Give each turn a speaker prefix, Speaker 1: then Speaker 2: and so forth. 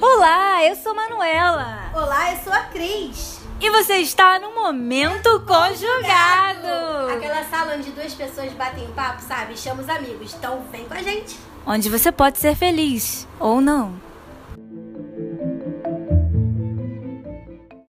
Speaker 1: Olá, eu sou Manuela.
Speaker 2: Olá, eu sou a Cris.
Speaker 1: E você está no Momento Conjugado.
Speaker 2: Aquela sala onde duas pessoas batem papo, sabe? Chama os amigos. Então vem com a gente.
Speaker 1: Onde você pode ser feliz ou não.